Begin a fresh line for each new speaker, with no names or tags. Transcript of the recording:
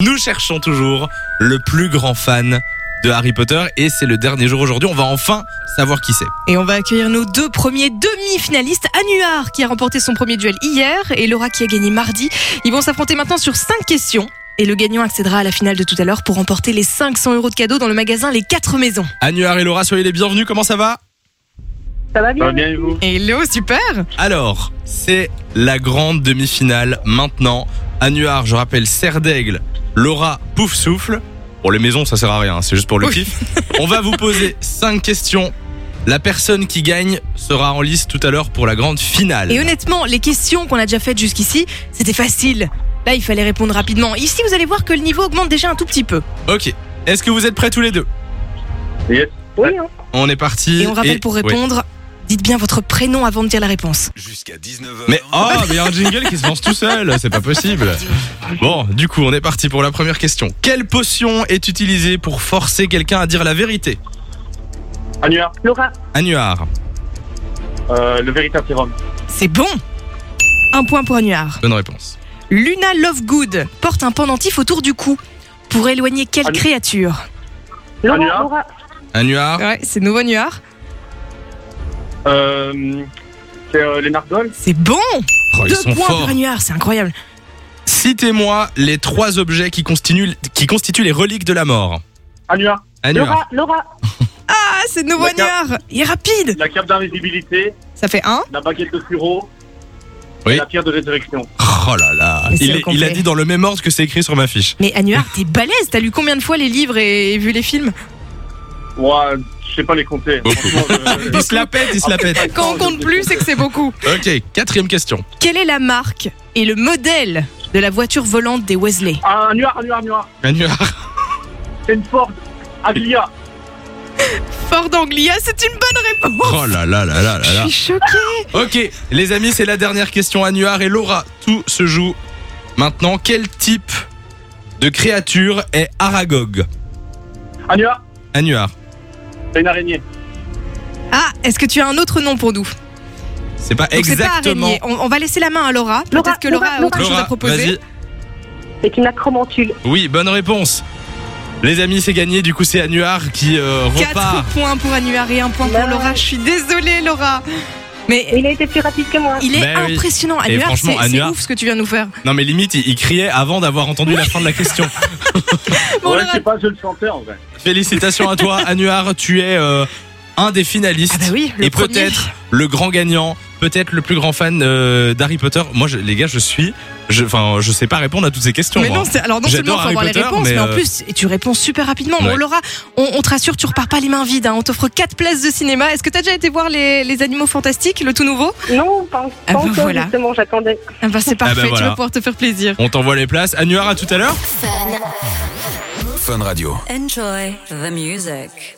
Nous cherchons toujours le plus grand fan de Harry Potter et c'est le dernier jour aujourd'hui. On va enfin savoir qui c'est.
Et on va accueillir nos deux premiers demi-finalistes, Anuar qui a remporté son premier duel hier et Laura qui a gagné mardi. Ils vont s'affronter maintenant sur cinq questions. Et le gagnant accédera à la finale de tout à l'heure pour remporter les 500 euros de cadeaux dans le magasin Les 4 Maisons.
Anuar et Laura, soyez les bienvenus. Comment ça va
Ça va bien,
Ça va bien et vous
Hello, super
Alors, c'est la grande demi-finale maintenant. Anuar, je rappelle, Serre d'Aigle, Laura, Pouf Souffle. Pour les maisons, ça sert à rien, hein, c'est juste pour le
Oui.
kiff. On va vous poser cinq questions. La personne qui gagne sera en lice tout à l'heure pour la grande finale.
Et honnêtement, les questions qu'on a déjà faites jusqu'ici, c'était facile. Là, il fallait répondre rapidement. Ici, vous allez voir que le niveau augmente déjà un tout petit peu.
Ok. Est-ce que vous êtes prêts tous les deux
Yes.
Oui, hein.
On est parti.
Et on rappelle pour
ouais.
répondre, dites bien votre prénom avant de dire la réponse.
Jusqu'à 19h.
Mais oh, mais y a un jingle qui se lance tout seul, c'est pas possible. Bon, du coup, on est parti pour la première question. Quelle potion est utilisée pour forcer quelqu'un à dire la vérité
Annuaire,
Laura,
Annuar.
euh, le véritable sérum.
C'est bon Un point pour Anuar.
Bonne réponse.
Luna Lovegood porte un pendentif autour du cou. Pour éloigner quelle
Anu-
créature
Laura,
Anua.
Laura,
Annuar.
Ouais, c'est nouveau Anuar.
Euh, c'est euh, les nargoles.
C'est bon
Oh, ils
Deux
sont
points pour
forts.
Anuar, c'est incroyable.
Citez-moi les trois objets qui constituent, qui constituent les reliques de la mort.
Annuaire,
Annuar.
Laura, Laura,
Ah, c'est nouveau
D'accord.
Anuar Il est rapide
la cape d'invisibilité,
Ça fait un
la baguette de sureau,
Oui.
et la pierre de résurrection.
Oh là là.
Mais c'est
Il,
le
est- il a
complet.
dit dans le même ordre que c'est écrit sur ma fiche.
Mais Anuar, t'es balèze T'as lu combien de fois les livres et, et vu les films
Ouais, je sais pas les compter.
Beaucoup.
Franchement, je- Ah,
Il se la pète, il se la pète.
Oh,
Quand on compte plus, c'est que c'est beaucoup.
Ok, quatrième question.
Quelle est la marque et le modèle de la voiture volante des Wesley
Ah, Annuaire, Annuaire, Annuaire.
Annuar.
C'est une Ford. Aglia.
Ford Anglia, c'est une bonne réponse
Oh là là là là là là.
Je suis choquée
Ok, les amis, c'est la dernière question à Nuar et Laura. Tout se joue maintenant. Quel type de créature est Aragog
Annuaire,
Anuar,
c'est une araignée.
Ah, est-ce que tu as un autre nom pour nous
c'est pas
Donc c'est pas
exactement.
araignée. On, on va laisser la main à Laura.
Laura,
Peut-être que Laura, a
Laura,
autre chose à
Laura,
proposer.
vas-y.
c'est une acromantule.
Oui, bonne réponse. Les amis, c'est gagné. Du coup, c'est Anuar qui euh,
4
repart.
points pour Annuar et 1 point pour
Ouais.
Laura. Je suis désolée, Laura. Mais
Il a été plus rapide que moi.
il est
Ben oui.
impressionnant.
Et
Annuar,
franchement,
c'est c'est
Annuar-
ouf ce que tu viens de nous faire.
Non, mais limite, il, il criait avant d'avoir entendu la fin de la question.
Bon,
ouais,
Laura-
je sais pas, je le chantais en vrai.
Félicitations à toi, Anuar. Tu es euh, un des finalistes.
Ah bah oui, le
et
premier.
peut-être le grand gagnant, peut-être le plus grand fan euh, d'Harry Potter. Moi, je- les gars, je suis, je, enfin, je sais pas répondre à toutes ces questions.
Mais
moi.
non, c'est- alors non seulement
J'adore
faut
Harry
avoir les
Potter,
réponses, mais,
mais,
en
euh,
plus, et tu réponds super rapidement. Bon,
Ouais.
Laura, on, on te rassure, tu repars pas les mains vides. hein. On t'offre 4 places de cinéma. Est-ce que t'as déjà été voir les, les Animaux Fantastiques, le tout nouveau
Non, pas, en-
Ah
pas
bah
encore,
voilà.
justement, j'attendais.
ah bah, C'est
bah
parfait, tu
voilà.
vas pouvoir te faire plaisir.
On t'envoie les places. Annuar, à tout à l'heure.
Fun Radio.
Enjoy the music.